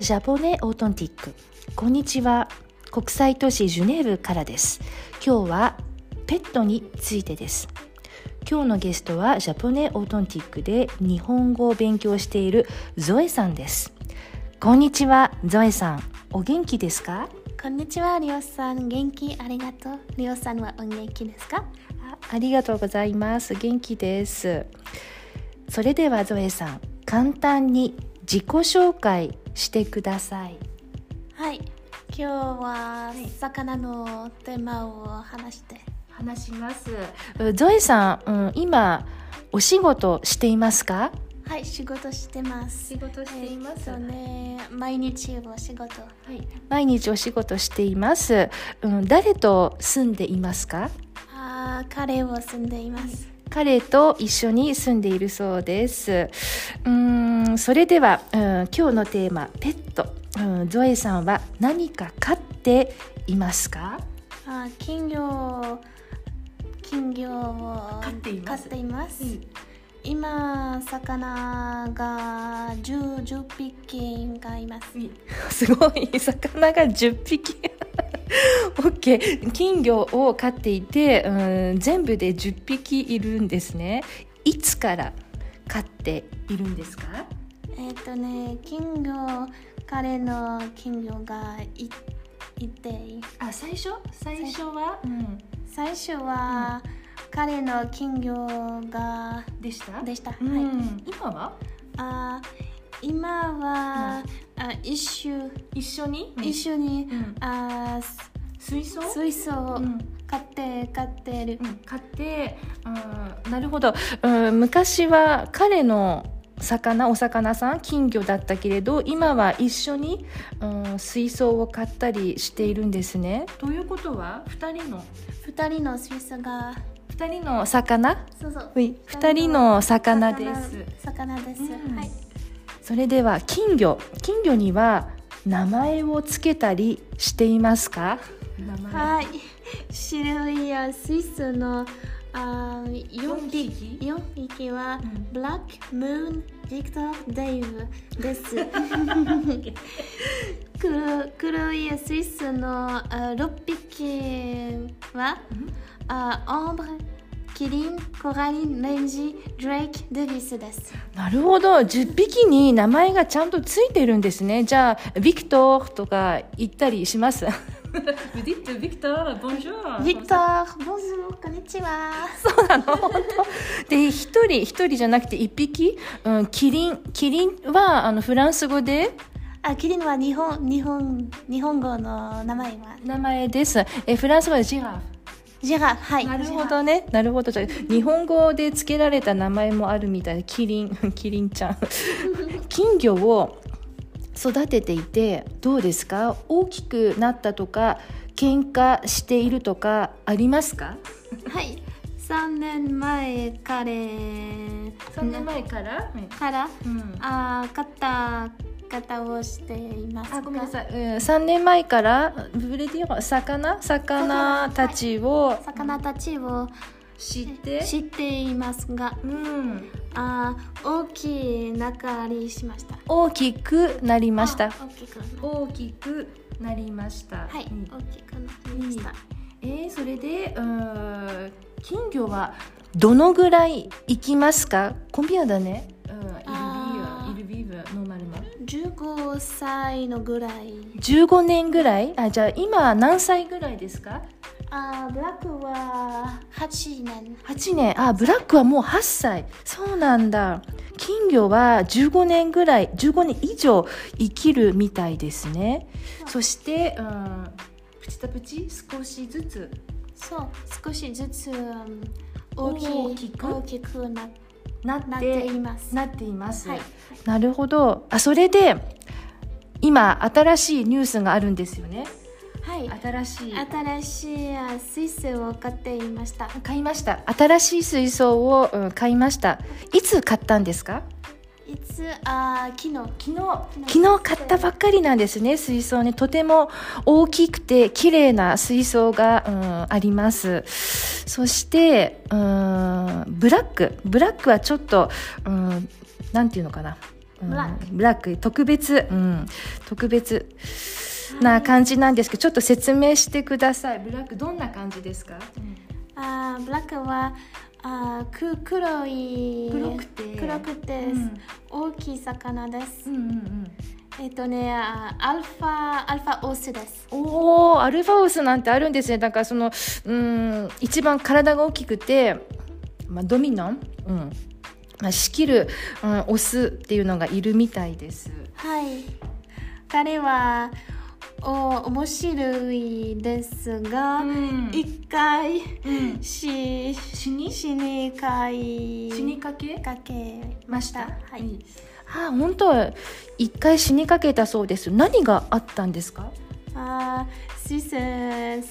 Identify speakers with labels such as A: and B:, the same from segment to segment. A: ジャポネオートンティックこんにちは国際都市ジュネーブからです今日はペットについてです今日のゲストはジャポネオートンティックで日本語を勉強しているゾエさんですこんにちはゾエさんお元気ですか
B: こんにちは、リオさん。元気ありがとう。リオさんはお元気ですか
A: あありがとうございます元気ですそれではゾエさん簡単に自己紹介してください
B: はい。今日は魚のテーマを話して。
A: 話しますゾエさん、うん、今お仕事していますか
B: はい、仕事してます。
A: 仕事しています
B: えっとね、毎日お仕事。
A: 毎日お仕事しています、うん、誰と住んでいますか
B: あー彼を住んでいます。
A: 彼と一緒に住んでいるそうですうーんそれでは、うん、今日のテーマペット、うん、ゾエさんは何か飼っていますか
B: あー金魚、金魚を
A: 飼っています
B: 飼っています今、魚が10、10匹がいます。
A: すごい 魚が10匹 OK 金魚を飼っていてうん全部で10匹いるんですねいつから飼っているんですか
B: えっ、とね金魚彼の金魚がいいて
A: あ最初最初は、うん、
B: 最初は、彼の金魚が
A: でした
B: でした、
A: うん
B: はい
A: 今は
B: あ今は、あ一緒
A: 一緒に、
B: 一緒に、
A: うん
B: あ
A: 水槽
B: 水槽を
A: うん
B: 飼って飼ってる、
A: うん買って、うん、なるほど、うん、昔は彼の魚お魚さん金魚だったけれど今は一緒に、うん、水槽を買ったりしているんですね。ということは2人の
B: 二人の水槽が
A: 2人の魚
B: そうそう
A: 2人の魚です。
B: 魚魚です、
A: うん
B: はい
A: それでは金魚金魚には名前をつけたりしていますか名
B: はい、 白いや水素のあー4匹
A: 匹
B: 4匹は、
A: ん
B: ブラック、ムーン、ビクトル、デイブ です。 黒黒い水素のあー6匹は、あーオンブ、キリン、コラリン、レンジ、ドレイク、デビスです。
A: なるほど10匹に名前がちゃんとついてるんですねじゃあビクトーとか言ったりします Vous dites Victor, bonjour.
B: ビクトル、ボンジュール、こんにちは。
A: そうなの本当で一人一人じゃなくて一匹、うん、キリンキリンはあのフランス語で
B: あキリンは日本日本日本語の名前は
A: 名前ですえフランス語はジラ
B: ジェラはい。
A: フなるほどねなるほどじゃあ日本語で付けられた名前もあるみたいでキリン キリンちゃん金魚を育てていてどうですか大きくなったとか喧嘩しているとかありますか
B: はい。三年前彼
A: 前から、
B: から
A: うん
B: あー方方をしていますか。
A: あごめんなさい、うん、3年前からブレディオ魚魚たちを
B: 魚たちを
A: 知って、
B: 知っていますが、
A: うん、
B: あー大きい中にしました。
A: 大きくなりまし
B: あ
A: た
B: 大きくな
A: 大きくなりました
B: はい、
A: うん
B: 大きくなりました。
A: えー、それでうーん金魚はどのぐらい行きますかコンビアだね
B: あー
C: il vivent, ils vivent normalement.
B: 十五歳のぐらい。
A: 15年ぐらいあじゃあ今何歳ぐらいですか
B: あーブラックは八年。
A: 8年あブラックはもう8歳そうなんだ金魚は15年ぐらい15年以上生きるみたいですねそしてうーんプチタプチ少しずつ
B: そう少しずつうん大きい
A: 大きく
B: 大きくな
A: なって
B: なっています。
A: なっています、
B: はい、
A: なるほどあそれで今新しいニュースがあるんですよね
B: はい、
A: 新しい
B: 新しいあスイスを買っていました。
A: 買いました新しい水槽を、うん買いましたいつ買ったんですか
B: いつあ昨日
A: 昨日昨日買ったばっかりなんですね水槽ねとても大きくて綺麗な水槽が、うんありますそしてうんブラックブラックはちょっとうんなんていうのかなうん
B: ブラック
A: ブラック特別、うん、特別な感じなんですけどちょっと説明してくださいブラックどんな感じですか
B: あーブラックはあーく黒い
A: 黒くて
B: 黒くて、
A: うん
B: 大きい魚で
A: う
B: す、
A: んうんうん
B: えっとねあーアルファアルファオスです
A: おおアルファオスなんてあるんですねだからそのうん一番体が大きくて、まあ、ドミナン、うんまあ、仕切る、うん、オスっていうのがいるみたいです
B: はい彼はお面白いですが、
A: うん
B: 一回
A: ん
B: し
A: 死に
B: 死にかい
A: 死にかけ
B: かけ
A: ました
B: はい、
A: うんあ本当は一回死にかけたそうです何があったんですか
B: あースイ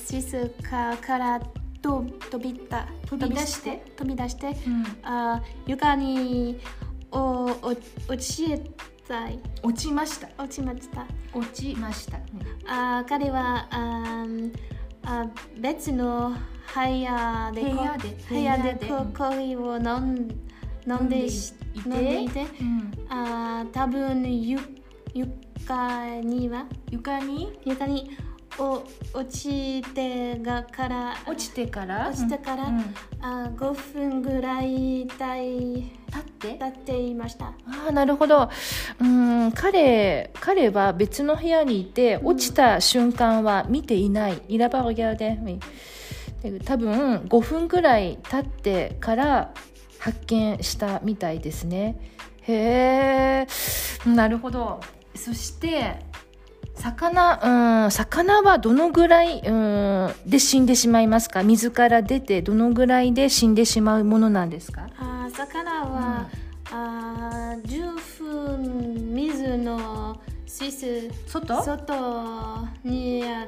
B: ススイスかからと飛びた
A: 飛び出して
B: 飛び出してあー床におお落ちたい
A: 落ちました
B: 落ちました
A: 落ちました、
B: あー彼はあーあー別の部屋でこ
A: 部屋で
B: 部屋
A: 部
B: で
A: 屋で
B: こ
A: うん
B: コーヒーを飲ん飲んでし
A: 飲
B: 飲
A: ん
B: ん
A: で
B: で
A: い
B: い
A: て
B: てあー多分ゆ床には
A: 床に
B: 床にお落ちてがから
A: 落ちてから
B: 落ちてから
A: うん
B: あ5分ぐらいたい
A: 立って
B: 経っていました
A: ああなるほどうん彼彼は別の部屋にいて
B: ん
A: 落ちた瞬間は見ていない、イラバオギャでうんで多分5分ぐらい経ってから発見したみたいですねへえなるほどそして魚うん魚はどのぐらいうんで死んでしまいますか水から出てどのぐらいで死んでしまうものなんですか
B: あー魚は、あー10分水のスイス
A: 外
B: 外にあ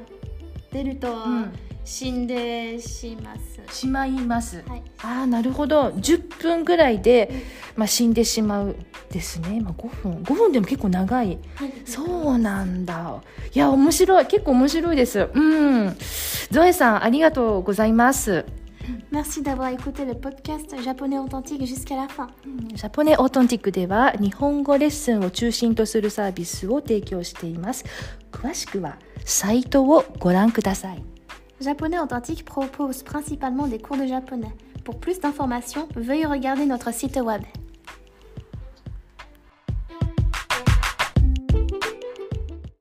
B: 出ると
A: うん
B: 死んでします、
A: しまいます、
B: はい
A: ああなるほど10分ぐらいで、まあ、死んでしまうですね、まあ、5分5分でも結構長いそうなんだいや面白い結構面白いですうんゾエさんありがとうございます
B: Merci d'avoir écouté le podcast japonais authentique jusqu'à la fin.
A: ジャポネオートンティックでは日本語レッスンを中心とするサービスを提供しています詳しくはサイトをご覧ください
B: Japonais authentique propose principalement des cours de japonais. Pour plus d'informations, veuillez regarder notre site web.